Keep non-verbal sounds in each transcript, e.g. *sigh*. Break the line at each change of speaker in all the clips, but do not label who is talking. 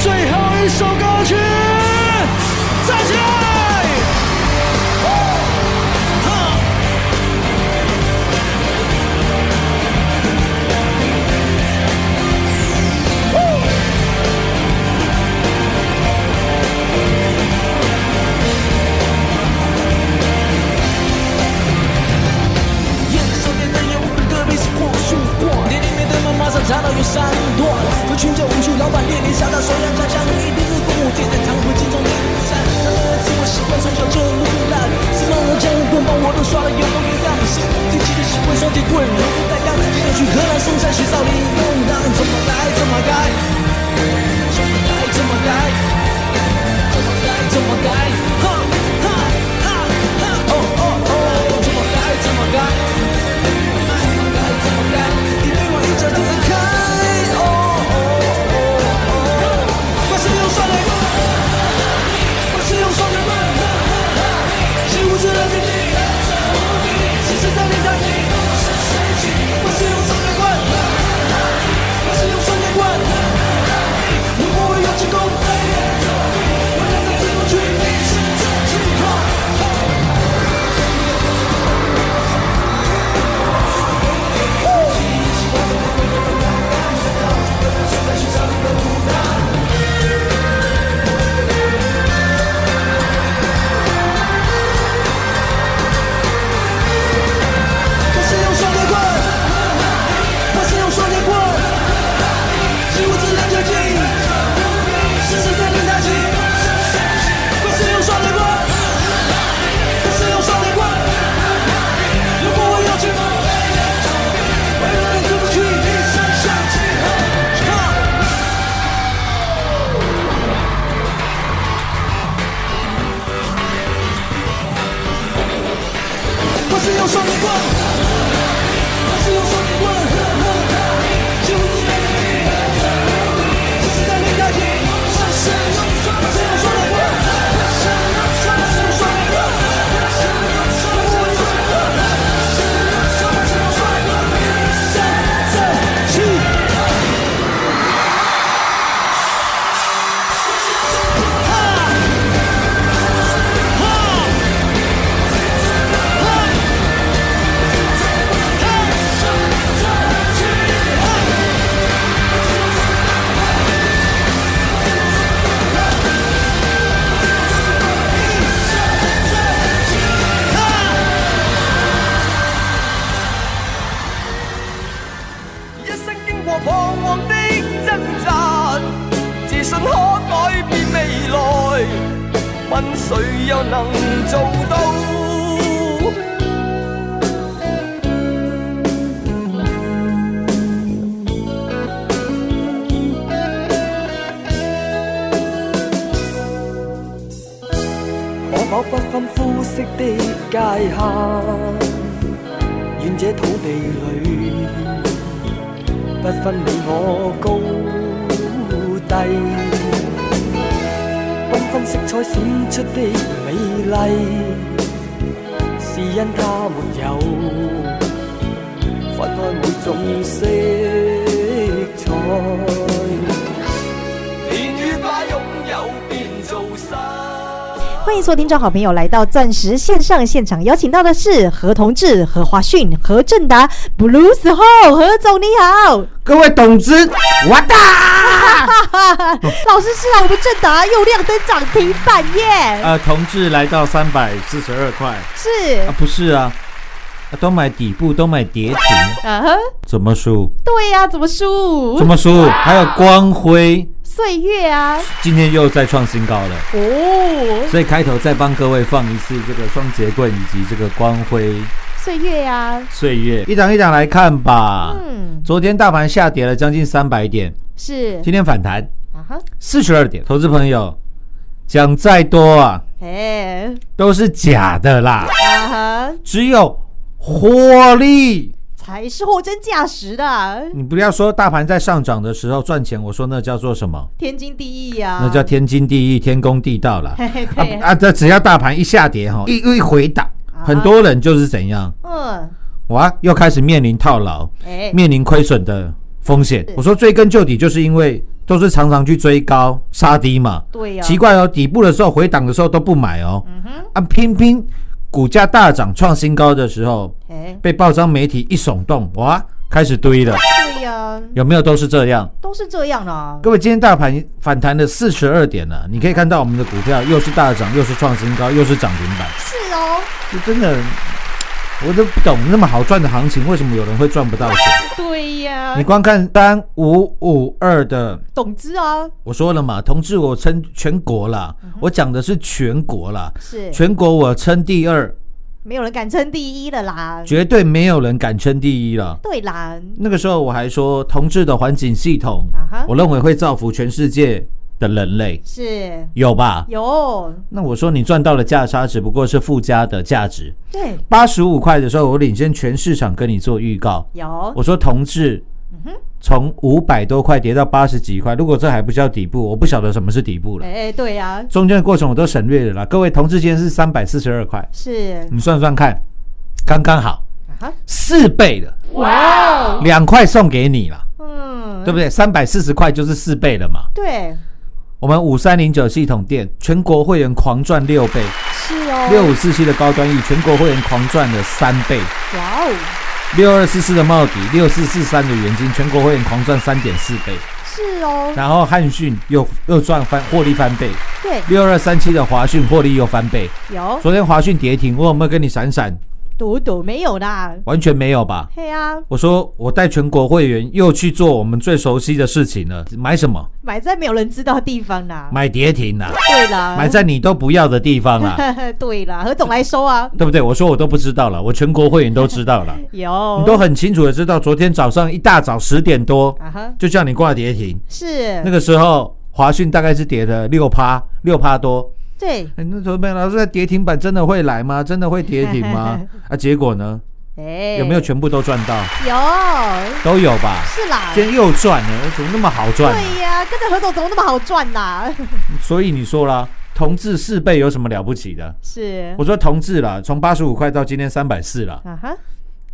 最后一首歌曲，站起来！
夜里三点的烟雾的背是过树过，店里面的门马上查到有三段，和群教无数老板面临下到手样家乡，一定是公务界在常回镜中的路上，他们的自我习惯从小就很腐烂，是让人将武棍帮我都刷了油光一样，是近期的习惯双截棍如带钢，今天去河南嵩山学少林弄堂，怎么来怎么改，怎么来怎么改，怎么改怎么改，哈哈哈哈哦哦哦，怎么改怎么改。我是用双截棍，我是用双截棍，几乎只能绝境，时时在练太极。我是用双截棍，我是用双截棍，如果我有拳头，会让你出不去，一身香气。我是用双截棍，我是用双截棍，几乎只能绝境，时时在练太极。我是用双截棍，我是用双截棍。
一生经过彷徨的挣扎，自信可改变未来，问谁又能做到？可否不分肤色的界限，愿这土地里。不分你我高低，缤纷色彩閃出的美麗，是因它沒有分開每種色彩。言語把擁有變做失。
欢迎所有听众好朋友来到钻石线上现场，邀请到的是何同志、何华逊、何正达、Blues Hall 何总，你好！
各位董子，我哒！
哈哈，
哦
老师是啊，我们正达又亮灯涨停板耶！
呃，同志来到三百四十二块
是
啊，，不是啊，啊都买底部，都买跌停，
嗯哼，
怎么输？
对呀、怎么输？
哦
怎么输？还有光辉，
岁月啊？
今天又再创新高了。
哦，
所以开头再帮各位放一次这个双节棍以及这个光辉
岁月啊呀、
岁月，一档一档来看吧。
嗯，
昨天大盘下跌了将近三百点，
是
今天反弹
啊哈，
四十二点。投资朋友，讲再多啊，
哎
都是假的啦，
啊哈，
只有获利。
才是货真价实的啊，
你不要说大盘在上涨的时候赚钱，我说那叫做什么？
天经地义呀、
那叫天经地义、天公地道
啊
啦。
嘿嘿
啊
对，
啊！这只要大盘一下跌哈，一一回档，
啊
很多人就是怎样
嗯，
哇，又开始面临套牢，
哎，
面临亏损的风险
是。
我说追根究底，就是因为都是常常去追高杀低嘛。
对嗯呀、
奇怪哦，底部的时候回档的时候都不买哦，啊，偏偏股价大涨创新高的时候，
哎，
被报章媒体一耸动，哇，开始堆了，
对呀、
有没有都是这样？
都是这样的、啊，
各位，今天大盘反弹了四十二点了、你可以看到我们的股票又是大涨，又是创新高，又是涨停板，
是哦，
就真的。我都不懂那么好赚的行情，为什么有人会赚不到钱？
对呀、
你光看三五五二的，
懂之啊，
我说了嘛，同志，我称全国啦，我讲的是全国啦，
是
全国我称第二，
没有人敢称第一的啦，
绝对没有人敢称第一了。
对啦，
那个时候我还说，同志的环境系统
啊哈，
我认为会造福全世界的人类，
是
有吧？
有，
那我说你赚到的价差只不过是附加的价值，
对，
八十五块的时候，我领先全市场跟你做预告，
有，
我说同志，从五百多块跌到八十几块，如果这还不叫底部，我不晓得什么是底部了。
哎，对呀、
中间的过程我都省略了啦。各位同志，今天是三百四十二块，
是
你算算看，刚刚好
啊哈，
四倍的，哇，
哦
两块送给你了，
嗯，
对不对？三百四十块就是四倍了嘛。
对，
我们五三零九系统店全国会员狂赚六倍，
是哦，
六五四七的高端 E 全国会员狂赚了三倍，
哇哦，
六二四四的茂迪，六四四三的元金全国会员狂赚三点四倍，
是哦，
然后汉讯又又赚翻获利翻倍，
对，
六二三七的华讯获利又翻倍。
有，
昨天华讯跌停，我有没有跟你闪闪？
赌赌没有啦，
完全没有吧？
嘿啊，
我说我带全国会员又去做我们最熟悉的事情了，买什么？
买在没有人知道的地方啦，
买跌停啦，
对啦，
买在你都不要的地方啊啦，
*laughs* 对啦，何总来收啊，
对不对？我说我都不知道了，我全国会员都知道了，
有，
你都很清楚的知道，昨天早上一大早十点多
啊哈，
就叫你挂跌停，
是
那个时候华讯大概是跌了六趴，六趴多。
对，
哎，那怎么办？老师，那跌停板真的会来吗？真的会跌停
*laughs*
吗？啊，结果呢？
哎，
有没有全部都赚到？
有，
都有吧？
是啦，
今天又赚了，哎怎么那么好赚、啊？
对呀、跟着何总怎么那么好赚呐？ *laughs*
所以你说啦，同志四倍有什么了不起的？
嗯是
我说同志啦，从八十五块到今天三百四了，
啊哈，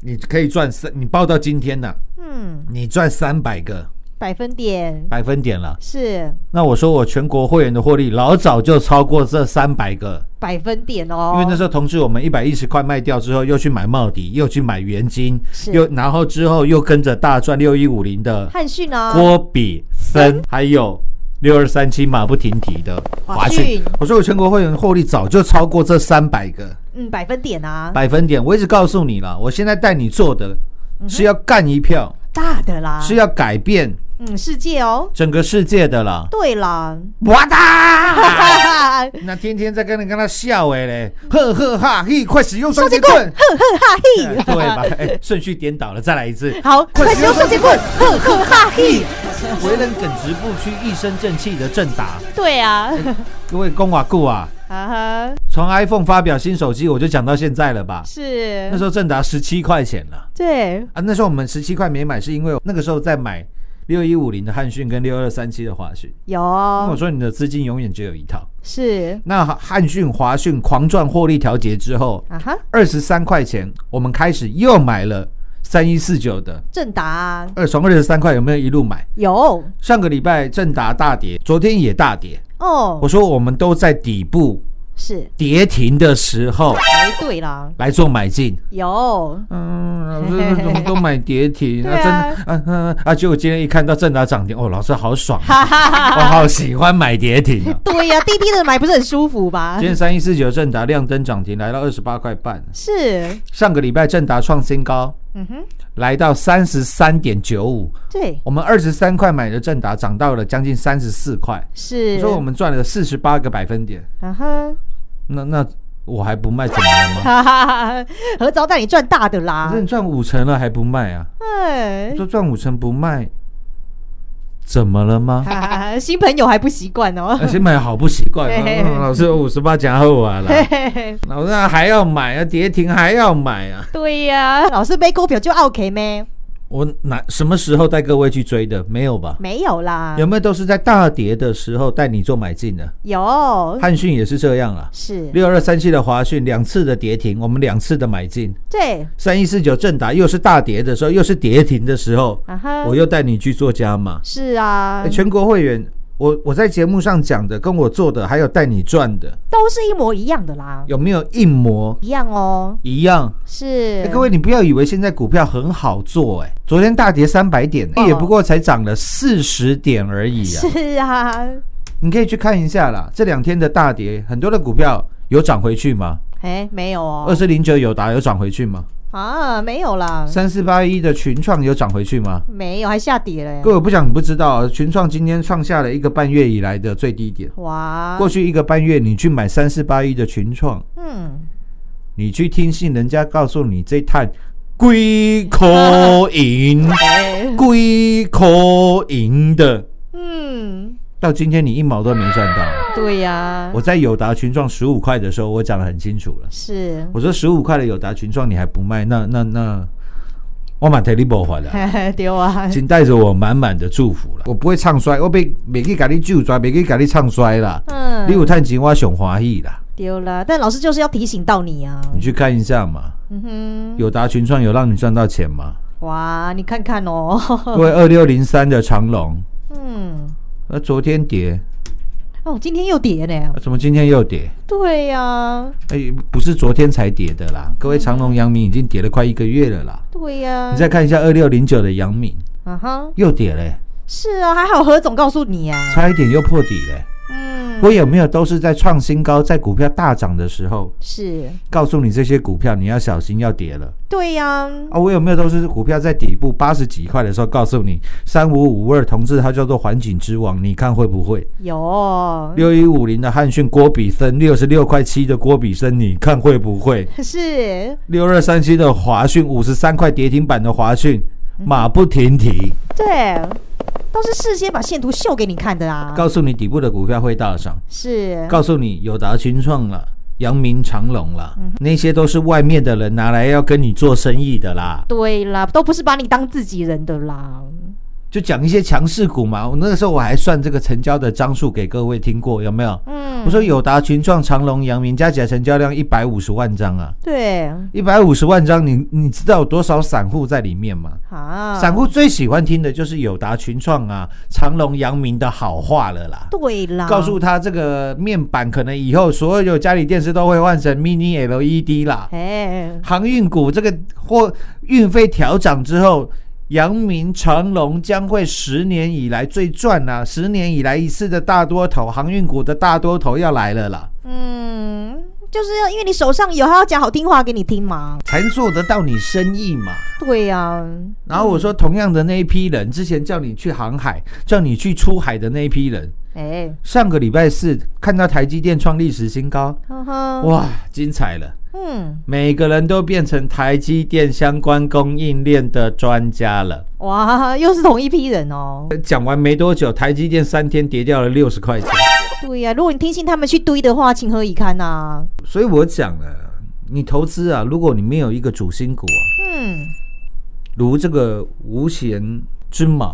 你可以赚三，你报到今天呐、
嗯，
你赚三百个
百分点
百分点了。
是
那我说我全国会员的获利老早就超过这三百个，
百分点哦，
因为那时候同志我们一百一十块卖掉之后，又去买茂迪，又去买元金，
是
又然后之后又跟着大赚六一五零的
汉讯啊，
郭比森，还有六二三七马不停蹄的华
华
讯
讯。
我说我全国会员获利早就超过这三百个
嗯，百分点啊，
百分点，我一直告诉你了，我现在带你做的是要干一票，
大的啦，
是要改变
嗯，世界哦，
整个世界的啦。
对啦，
哇哒！
*laughs* 哈哈，
那天天在跟人跟他笑哎嘞，呵呵哈嘿，快使用双截
棍
棍，
呵呵哈
哎
嘿，
对吧？哎，顺序颠倒了，再来一次。
*laughs* 好，快使用双截棍，呵呵哈嘿，
为人耿直不屈，一身正气的正达。
对啊， *laughs*
各位公瓦固啊，
啊哈，
从 iPhone 发表新手机，我就讲到现在了吧？
是，
那时
候
候正达十七块钱了
对，
啊！那时候我们十七块没买，是因为那个时候在买六一五零的汉讯跟六二三七的华讯。
有，
因为我说你的资金永远只有一套。
是
那汉讯、华讯狂赚获利调节之后，
啊哈，
二十三块钱，我们开始又买了三一四九的，
正达啊
二从二十三块有没有一路买？
有
上个礼拜正达大跌，昨天也大跌。我
哦，
说我们都在底部
是，
跌停的时候
哎，对啦，
来做买进。
有，
嗯，老师怎么都买跌停？
*laughs* 对
那
啊
真的，嗯嗯啊！结果今天一看到正达涨停，哦，老师好爽
*laughs* 哈
啊，
哈哈
我
哈，
好喜欢买跌停啊！
对呀，滴滴的买不是很舒服吧
今？天三一四九正达亮灯涨停，来到二十八块半。
是，
上个礼拜正达创新高，
嗯哼，
来到三十三点九五。
对，
我们二十三块买的正达涨到了将近三十四块，
是，
所以我们赚了四十八个百分点。
啊哈， *laughs*
那那我还不卖怎么了吗？
哈哈哈哈，何早带你赚大的啦
可是！你赚五成了还不卖啊？
啊哎
说赚五成不卖，怎么了吗？
哈哈哈新朋友还不习惯哦。
而且买好不习惯，
嘿嘿嘿
老师五十八加
*laughs*
厚啊
嘿
啦，
嘿嘿
老师啊还要买啊，跌停还要买啊，
对呀、老师背股票就 OK 咩？
我哪什么时候带各位去追的？没有吧？
没有啊啦，
有没有都是在大跌的时候带你做买进的？
有
汉讯也是这样啊啦，
是，
六二三七的华讯两次的跌停，我们两次的买进，
对
三一四九正达又是大跌的时候，又是跌停的时候，
啊哈，
我又带你去做加码。
是啊
欸，全国会员，我我在节目上讲的，跟我做的，还有带你赚的，
都是一模一样的啦，
有没有一模
一样哦，
一样？
是、
欸各位，你不要以为现在股票很好做、欸，哎，昨天大跌三百点、
哦
也不过才涨了四十点而已啊。
是啊，
你可以去看一下啦，这两天的大跌，很多的股票有涨回去吗？
哎，没有
二
哦，
四零九友达有涨回去吗？
啊，没有啦，
三四八一的群创有涨回去吗？
没有，还下跌了耶
各，位，我不讲你不知道啊，群创今天创下了一个半月以来的最低点。
哇，
过去一个半月，你去买三四八一的群创，
嗯，
你去听信人家告诉你这探龟壳银，
哎，
龟壳银的，
嗯，
到今天你一毛都没赚到。
对呀、
我在友达群创十五块的时候，我讲得很清楚了，
是， *laughs*
我说十五块的友达群创你还不卖，那那那，我买 t e l e b o 回来。
丢啊，
请带着我满满的祝福了，我不会唱衰，我被每去给你救衰，每去给你唱衰啦。
嗯
你有探钱，我熊华裔啦，
丢了，但老师就是要提醒到你啊，
你去看一下嘛。
嗯哼，
友达群创有让你赚到钱吗？
哇，你看看
各
哦， *laughs*
位二六零三的长龙，
嗯，
那昨天跌，
哦，今天又跌呢
啊，怎么今天又跌？
对呀、
哎、不是昨天才跌的啦，各位长隆、阳明已经跌了快一个月了啦。
对呀、
你再看一下二六零九的阳明，
啊哈，
又跌嘞、
是啊，还好何总告诉你啊，
差一点又破底嘞、
嗯，
我有没有都是在创新高，在股票大涨的时候，
是，
告诉你这些股票你要小心要跌了
对呀、
啊？我有没有都是股票在底部八十几块的时候，告诉你三五五二同志它叫做环境之王，你看会不会？
有，
六一五零的汉讯郭比森，六十六块七的郭比森，你看会不会？
是，
六二三七的华讯，五十三块跌停板的华讯，马不停蹄，
对，都是事先把线图秀给你看的啊，
告诉你底部的股票会大涨，
是，
告诉你友达群创了，阳明长隆了，那些都是外面的人拿来要跟你做生意的啦。
对啦，都不是把你当自己人的啦，
就讲一些强势股嘛，我那个时候我还算这个成交的张数给各位听过，有没有？
嗯，
我说友达、群创、长隆、阳明加起来成交量一百五十万张啊，
对，
一百五十万张，你你知道有多少散户在里面吗？
啊，
散户最喜欢听的就是友达、群创啊、长隆、阳明的好话了啦。
对啊啦，
告诉他这个面板可能以后所有家里电视都会换成 mini LED 啦。
哎，
航运股这个或运费调涨之后，阳明、长隆将会十年以来最赚啊，十年以来一次的大多头，航运股的大多头要来了啦，
嗯，就是要因为你手上有，还要讲好听话给你听嘛，
才做得到你生意嘛。
对啊呀、
然后我
嗯
说，同样的那一批人，之前叫你去航海，叫你去出海的那一批人，
哎，
上个礼拜四看到台积电创历史新高，
哈哈，
哇，精彩了！
嗯，
每个人都变成台积电相关供应链的专家了。
哇，又是同一批人哦。
呃讲完没多久，台积电三天跌掉了六十块钱，
对呀、如果你听信他们去堆的话，情何以堪呐、
所以我讲了，你投资啊，如果你没有一个主心骨啊，
嗯，
如这个无弦之马，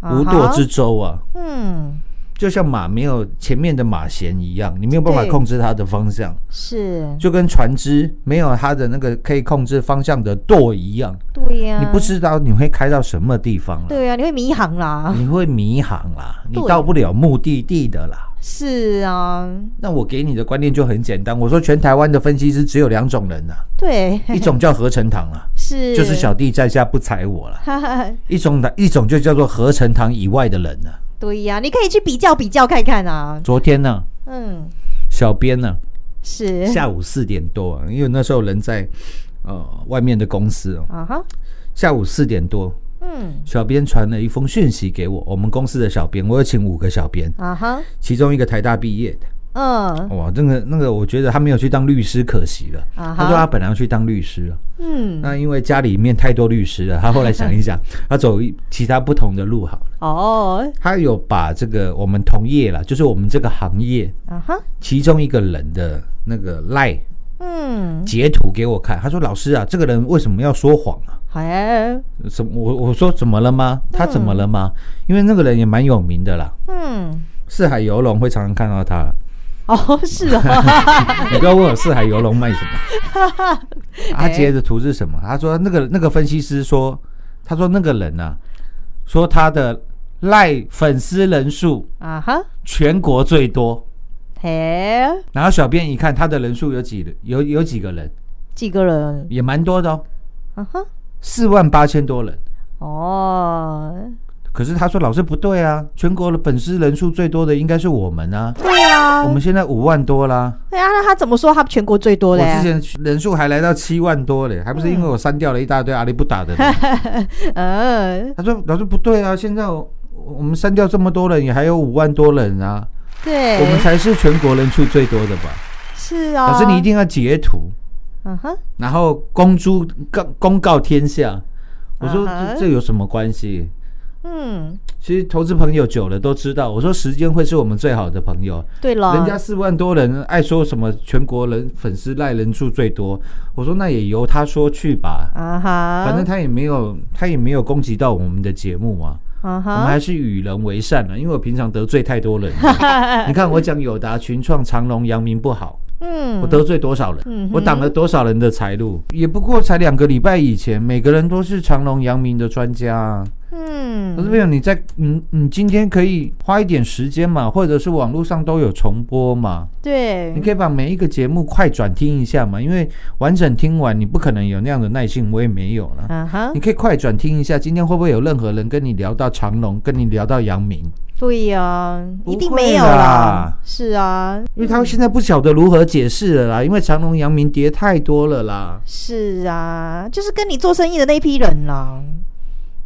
啊哈
无舵之舟啊，
嗯，
就像马没有前面的马弦一样，你没有办法
对
控制它的方向，
是，
就跟船只没有它的那个可以控制方向的舵一样，
对呀、
你不知道你会开到什么地方了。
对呀、你会迷航啦。
你会迷航啦，你
对
到不了目的地的啦。
是啊，
那我给你的观念就很简单，我说全台湾的分析师只有两种人
*laughs*
呐、
对，
一种叫合成堂啊，
是
就是小，弟在下不踩我了；
哈哈，
一种的一种就叫做合成堂以外的人呢、
*laughs* 对呀、你可以去比较比较看看啊。
昨天呢、
嗯，
小编呢、
是，
下午四点多、啊，因为那时候人在呃外面的公司哦，
啊哈，
下午四点多，
嗯，
小编传了一封讯息给我，我们公司的小编，我有请五个小编，
啊哈，
其中一个台大毕业的，
嗯
哇，那个那个，我觉得他没有去当律师可惜了。
啊哈
他说他本来要去当律师了，
嗯，
那因为家里面太多律师了，他后来想
*laughs*
一想，他走一其他不同的路好了。
哦，
他有把这个我们同业啦，就是我们这个行业
啊哈，
其中一个人的那个赖
嗯，
截图给我看，他说：“老师啊，这个人为什么要说谎啊？
哎，
什么？我我说怎么了吗？他怎么了吗？因为那个人也蛮有名的啦，
嗯，
四海游龙会常常看到他。
哦，
*laughs*
是哦，
你不要问我四海游龙卖什么。他截的图是什么？他说那个那个分析师说，他说那个人啊，说他的赖粉丝人数
啊哈，
全国最多。
嘿，
然后小编一看他的人数有几人有有几个人，
几个人？
也蛮多的哦，
啊哈，
四万八千多人。
哦，
可是他说老师不对啊，全国的粉丝人数最多的应该是我们啊，
对啊
我，们现在五万多啦，
对啊，那他怎么说他全国最多嗯
我
嘞？
之前人数还来到七万多嘞，还不是因为我删掉了一大堆阿里不
*laughs*
打的人。
嗯，
他说：“老师不对啊，现在我我们删掉这么多人，也还有五万多人啊，
对，
我们才是全国人数最多的吧？
是啊，
老师，你一，定要截图，
嗯哼，
然后公诸告公告天下。”我说：“
啊哈
这这有什么关系？
嗯，
其实投资朋友久了都知道，我说时间会是我们最好的朋友。
对了，
人家四万多人，爱说什么全国人粉丝赖人数最多，我说那也由他说去吧，
啊哈，
反正他也没有他也没有攻击到我们的节目嘛。”
啊
我们
哈，
还是与人为善啊了，因为我平常得罪
*laughs*
太多人了。你看我讲友达、群创、长隆、阳明不好，
嗯，
我得罪多少人？
嗯哼
我挡了多少人的财路？也不过才两个礼拜以前，每个人都是长隆、阳明的专家啊。
嗯，
可是朋友，你在你你今天可以花一点时间嘛，或者是网络上都有重播嘛，
对
你，可以把每一个节目快转听一下嘛，因为完整听完你不可能有那样的耐性，我也没有了。
啊哈
你，可以快转听一下，今天会不会有任何人跟你聊到长隆，跟你聊到阳明？
对呀，一定
不会
没有啦
啦，
是啊，
因为他现在不晓得如何解释了啦，因为长隆、阳明跌太多了啦。
是啊，就是跟你做生意的那批人啦，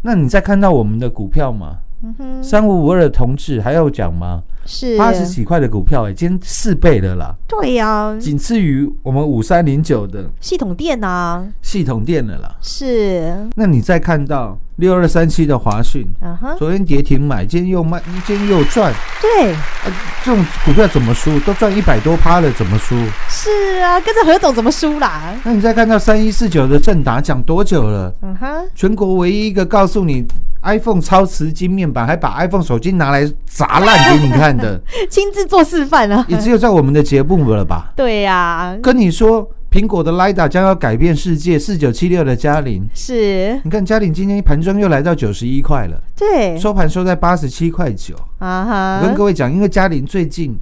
那你再看到我们的股票嘛，
嗯哼，
三五五二的同志还要讲吗？
是啊嗯
八十几块的股票、欸，已经四倍了啦，
对呀，
仅次于我们五三零九的
系统店啊，
系统店了啦。
是，
那你再看到六二三七的华讯，
啊哈，
昨天跌停买，今天又卖，今天又赚，
对，
这种股票怎么输？都赚一百多趴了，怎么输？
是啊，跟着何总怎么输啦？
那你再看到三一四九的正达，讲多久了？
嗯哼，
全国唯一一个告诉你 iPhone 超瓷晶面板，还把 iPhone 手机拿来砸烂给你看的，
亲自做示范啊，
也只有在我们的节目了吧？
对呀，
跟你说，苹果的 Lidar 将要改变世界，四九七六的嘉陵。
是，
你看，嘉陵今天盘中又来到九十一块了，
对，
收盘收在八十七块九。
啊
我跟
哈
各，位讲，因为嘉陵最近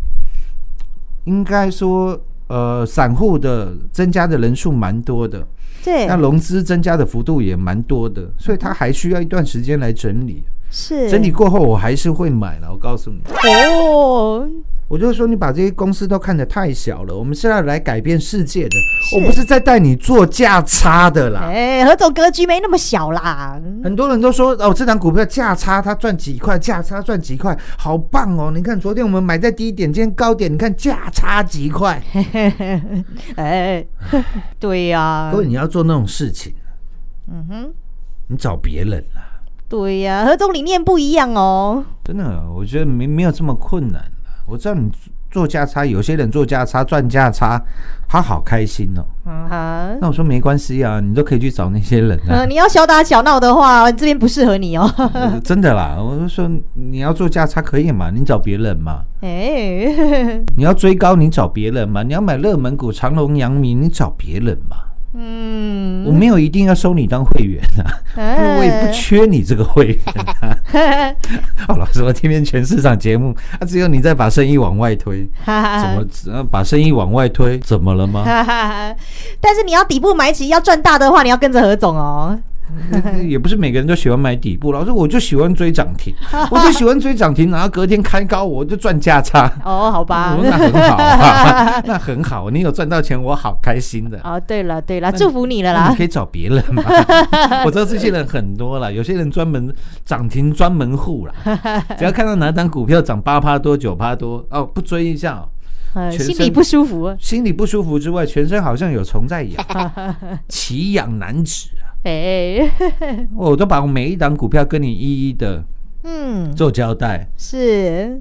应该说，呃，散户的增加的人数蛮多的，
对
那，融资增加的幅度也蛮多的，所以它还需要一段时间来整理。啊
是，
整理过后，我还是会买了。我告诉你，
哦，
我就是说，你把这些公司都看得太小了。我们是要来改变世界的，
是
我不是在带你做价差的啦。
哎，何总格局没那么小啦，
很多人都说哦，这档股票价差它赚几块，价差赚几块，好棒哦！你看昨天我们买在低点，今天高点，你看价差几块。
哎， *laughs* 对呀
各，位，你要做那种事情，啊
嗯哼，
你找别人啦。
对呀，何总理念不一样哦，
真的，我觉得没没有这么困难啦。我知道你做价差，有些人做价差赚价差，他好开心哦。
嗯哼。
那我说没关系啊，你都可以去找那些人
呃，
啊，
你要小打小闹的话，这边不适合你哦。 *laughs*
呃 *laughs* 真的啦。我就说你要做价差可以嘛，你找别人嘛； *laughs*
哎，
你要追高，你找别人嘛；你要买热门股长隆、阳明，你找别人嘛。
嗯，
我没有一定要收你当会员啊，因为我也不缺你这个会员啊。
哎
*laughs* 好老师，我听遍全市场节目，啊，只有你在把生意往外推，
哈哈
怎么呃把生意往外推？怎么了吗？
哈哈哈 *laughs* 但是你要底部买起，要赚大的话，你要跟着何总哦。
*laughs* 也不是每个人都喜欢买底部，老师我就喜欢追涨
*laughs*
停，我就喜欢追涨停，然后隔天开高我就赚价差。
哦，好吧
我。说那很好啊， *laughs* 那很好，你有赚到钱，我好开心的。
*laughs* 哦，对了对了，祝福你了
那
啦
你可。以找别人
*laughs*
嘛，我知道这些人很多啦，有些人专门涨停
*laughs*
专门户啦，只要看到哪档股票涨八趴多九趴多哦，不追一下哦、
呃，
全
心里
身
不舒服。
心里不舒服之外，全身好像有虫在
*laughs*
痒，奇痒难止啊！哦
哎， *laughs*
我都把我每一档股票跟你一一的
嗯，
做交代。
是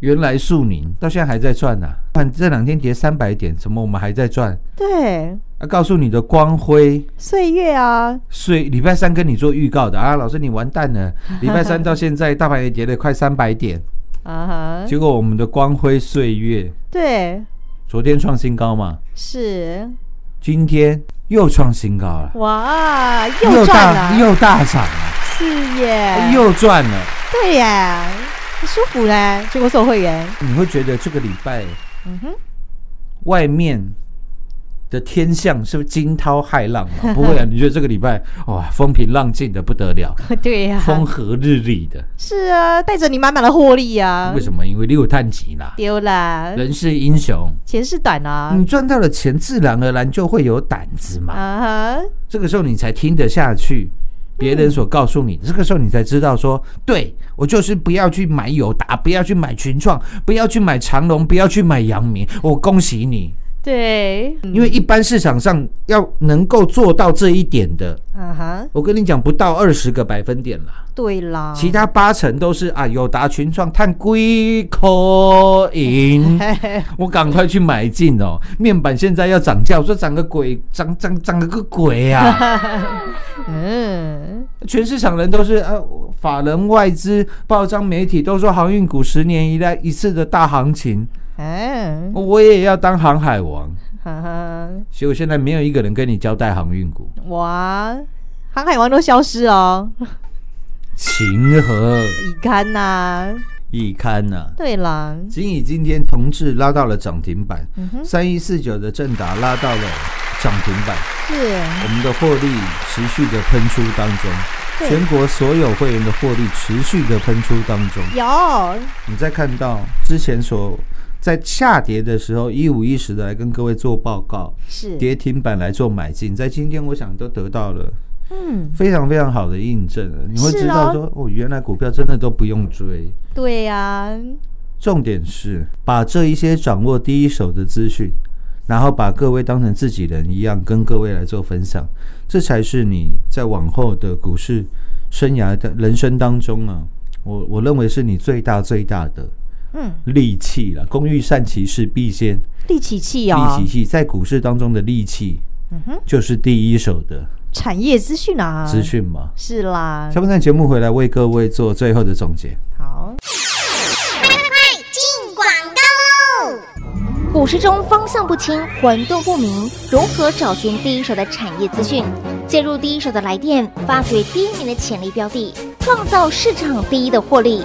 原来速宁到现在还在赚呢、啊，看这两天跌三百点，怎么我们还在赚？
对
啊，告诉你的光辉，
岁月啊，
所以礼拜三跟你做预告的啊，老师你完蛋
*laughs*
了，礼拜三到现在大盘也跌了快三百点，
啊哈，
结果我们的光辉岁月
对，
昨天创新高嘛，
是
今天又创新高了，
哇，又赚
大
了，哎
又大涨了，
是耶，
又赚了，
对耶，很舒服啊嘞。结果收会员，
*laughs* 你会觉得这个礼拜
嗯哼，
外面的天象是不是惊涛骇浪
*laughs*
了？不会啊，你觉得这个礼拜哇风平浪静的不得了，
对呀，
风和日丽的，
是啊，带着你满满的获利啊
为，什么？因为六探级啦，
丢啦，
人是英雄。
钱是短啊，
你赚到了钱，自然而然就会有胆子嘛。
啊哈，
这个时候你才听得下去别人所告诉你，这个时候你才知道说，对我就是不要去买友达，不要去买群创，不要去买长隆，不要去买阳明。我恭喜你，
对，
因为一般市场上要能够做到这一点的，
啊哈，
我跟你讲，不到二十个百分点啦，
对啦，
其他八成都是啊，友达、群创、碳硅、科银。
嘿嘿
我赶快去买进哦！面板现在要涨价，我说涨个鬼，涨涨涨个个
*laughs*
鬼啊！
*laughs* 嗯，
全市场人都是呃，法人、外资、报章、媒体都说航运股十年一来一次的大行情，
嗯，
我也要当航海王。
哈啊哈，
结果现在没有一个人跟你交代航运股，
哇，航海王都消失哦，
情何
乙肝呐，
以堪呐、啊！
对啦，
仅以今天同志拉到了涨停板
嗯，哼
三一四九的正达拉到了涨停板。
是，
我们的获利持续的喷出当中，
对
全国所有会员的获利持续的喷出当中，
有，
你再看到之前所在下跌的时候，一五一十的来跟各位做报告，
是，
跌停板来做买进，在今天我想都得到了
嗯，
非常非常好的印证了，你会
是
知道
哦
说，哦，原来股票真的都不用追。
对呀，
重点是把这一些掌握第一手的资讯，然后把各位当成自己人一样，跟各位来做分享，这才是你在往后的股市生涯的人生当中啊，我我认为是你最大最大的
嗯，
利器了。工欲善其事，必先
利起器哦
利其，器，在股市当中的利器，就是第一手的
产业资讯啊，
资讯嘛。
是啦，
下半段节目回来为各位做最后的总结。
好。
进广告喽！股市中方向不清、混沌不明，如何找寻第一手的产业资讯？介入第一手的来电，发掘第一名的潜力标的，创造市场第一的获利。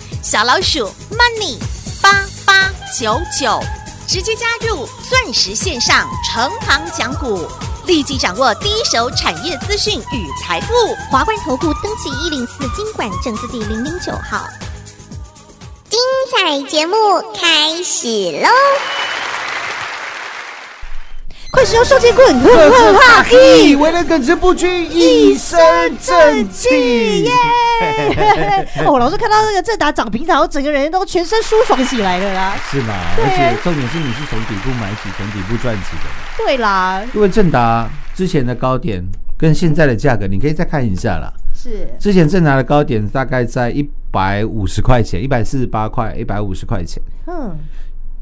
小老鼠 Money 八八九九，直接加入钻石线上成行讲股，立即掌握第一手产业资讯与财富。华冠投顾登记一零四经管证字第零零九号。精彩节目开始喽！
快使用双截棍，混混哈一，
为了耿直不屈，一身正气。 *laughs*
哦，老师看到那个正达涨停后整个人都全身舒爽起来了啦。
是吗？
对
而且重点是你是从底部买起，从底部赚起的嘛。
对啦，
因为正达之前的高点跟现在的价格，你可以再看一下啦。
是，
之前正达的高点大概在一百五十块钱，一百四十八块，一百五十块钱。
嗯，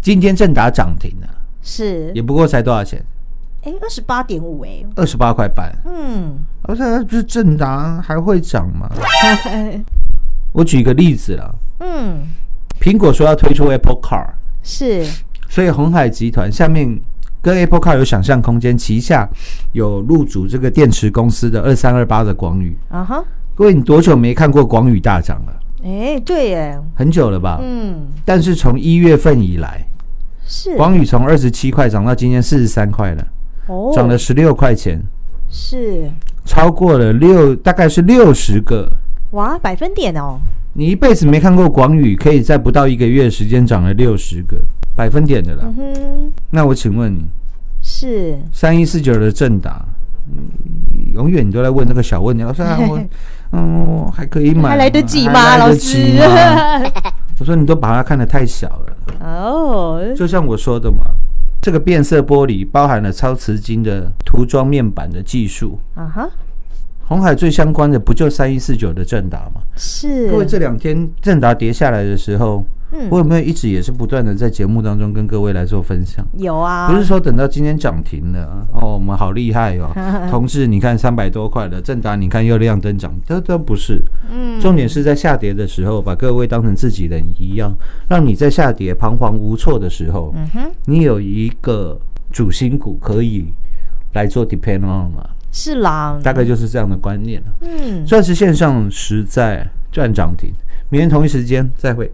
今天正达涨停了，
是
也，不过才多少钱？
哎，二十八点五，哎，
二十八块半。 *laughs* 啊
嗯，
我说这正达还会涨吗？我举个例子啦，
嗯，
苹果说要推出 Apple Car。
是，
所以红海集团下面跟 Apple Car 有想象空间，旗下有入主这个电池公司的二三二八的广宇。
啊哈，
各位，你多久没看过广宇大涨了？
哎，对耶，
很久了吧？
嗯，
但是从一月份以来，
是
广宇从二十七块涨到今天四十三块了，
哦
涨了十六块钱，
是
超过了六，大概是六十个。
哇百分点哦，
你一辈子没看过广宇，可以在不到一个月的时间涨了六十个百分点的啦。
嗯哼，
那我请问你，
是
三一四九的正达，嗯，永远你都在问那个小问题。老
*laughs*
师、啊，我，嗯，我还可以买吗，
还来得及吗，
还来
老
得及
师？
吗 *laughs* 我说你都把它看得太小了，
*laughs* 哦，
就像我说的嘛，这个变色玻璃包含了超瓷晶的涂装面板的技术。
啊哈，
红海最相关的不就三一四九的正达吗？
是
各位，这两天正达跌下来的时候，
嗯
我有没有一直也是不断的在节目当中跟各位来做分享？
有啊，！
不是说等到今天涨停了啊哦，我们好厉害哦
*laughs*
同志，你看三百多块了，正达你看又亮灯涨，这都不是。
嗯
重点是在下跌的时候，把各位当成自己人一样，让你在下跌彷徨无措的时候，
嗯哼，
你有一个主心骨可以来做 depend on 嘛，
是啦，
大概就是这样的观念了。
嗯，
钻石线上实在赚涨停，明天同一时间再会。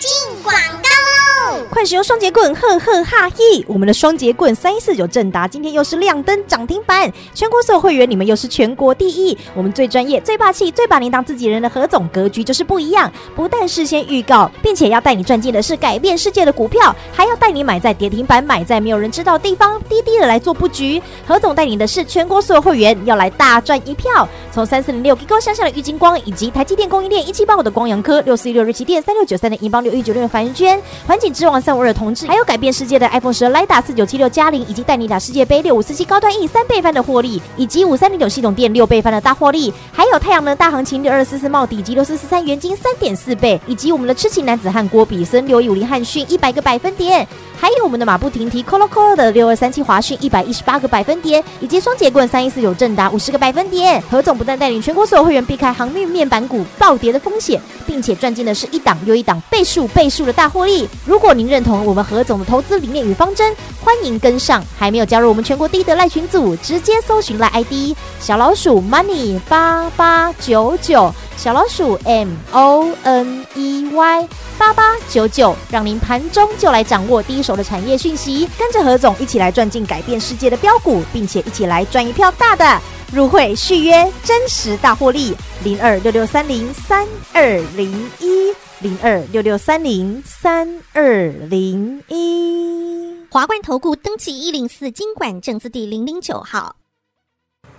进广告喽！
快使用双节棍，哼哼哈嘿！我们的双节棍三一四九正达今天又是亮灯涨停板，全国所有会员你们又是全国第一，我们最专业、最霸气、最把您当自己人的何总格局就是不一样，不但事先预告，并且要带你赚进的是改变世界的股票，还要带你买在跌停板，买在没有人知道的地方，低低的来做布局。何总带领的是全国所有会员要来大赚一票，从三四零六 G 高向下的郁金光，以及台积电供应链一七八五的光阳科，六四一六日旗电三六九三的银邦六一九六的凡娟，环境之王三五二的同志，还有改变世界的 iPhone 十 Lida 四九七六嘉陵，以及带你打世界杯六五四七高端 E 三倍翻的获利，以及五三零九系统店六倍翻的大获利，还有太阳能大行情六二四四茂底及六四四三元金三点四倍，以及我们的痴情男子汉郭比森六一五零汉逊一百个百分点，还有我们的马不停蹄 Colo Colo 的六二三七华讯一百一十八个百分点，以及双节棍三一四九正达五十个百分点。何总不但带领全国所有会员避开航运面板股暴跌的风险，并且赚进的是一档又一档倍数倍数的大获利。如果您认同我们何总的投资理念与方针，欢迎跟上。还没有加入我们全国第一的赖群组，直接搜寻赖 ID 小老鼠 Money 八八九九，小老鼠 M O N E Y。八八九九，让您盘中就来掌握第一手的产业讯息，跟着何总一起来赚进改变世界的标股，并且一起来赚一票大的。入会续约，真实大获利，零二六六三零三二零一，零二六六三零三二零一。
华冠投顾登记一零四经管证字第零零九号。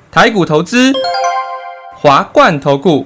台股投资，华冠投顾，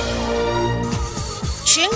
全